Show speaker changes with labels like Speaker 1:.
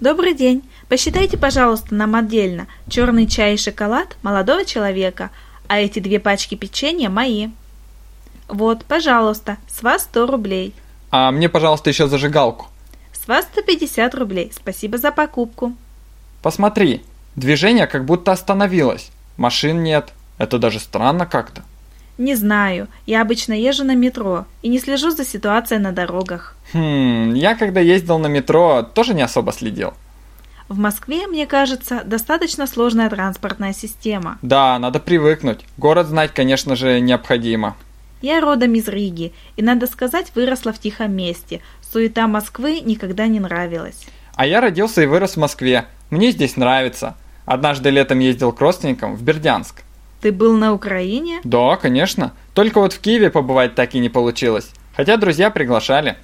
Speaker 1: Добрый день. Посчитайте, пожалуйста, нам отдельно черный чай и шоколад молодого человека, а эти две пачки печенья мои. Вот, пожалуйста, с вас 100 рублей.
Speaker 2: А мне, пожалуйста, еще зажигалку.
Speaker 1: С вас 150 рублей. Спасибо за покупку.
Speaker 2: Посмотри, движение как будто остановилось. Машин нет. Это даже странно как-то.
Speaker 1: Не знаю, я обычно езжу на метро и не слежу за ситуацией на дорогах.
Speaker 2: Хм, я когда ездил на метро, тоже не особо следил.
Speaker 1: В Москве, мне кажется, достаточно сложная транспортная система.
Speaker 2: Да, надо привыкнуть. Город знать, конечно же, необходимо.
Speaker 1: Я родом из Риги и, надо сказать, выросла в тихом месте. Суета Москвы никогда не нравилась.
Speaker 2: А я родился и вырос в Москве. Мне здесь нравится. Однажды летом ездил к родственникам в Бердянск.
Speaker 1: Ты был на Украине?
Speaker 2: Да, конечно. Только вот в Киеве побывать так и не получилось. Хотя друзья приглашали.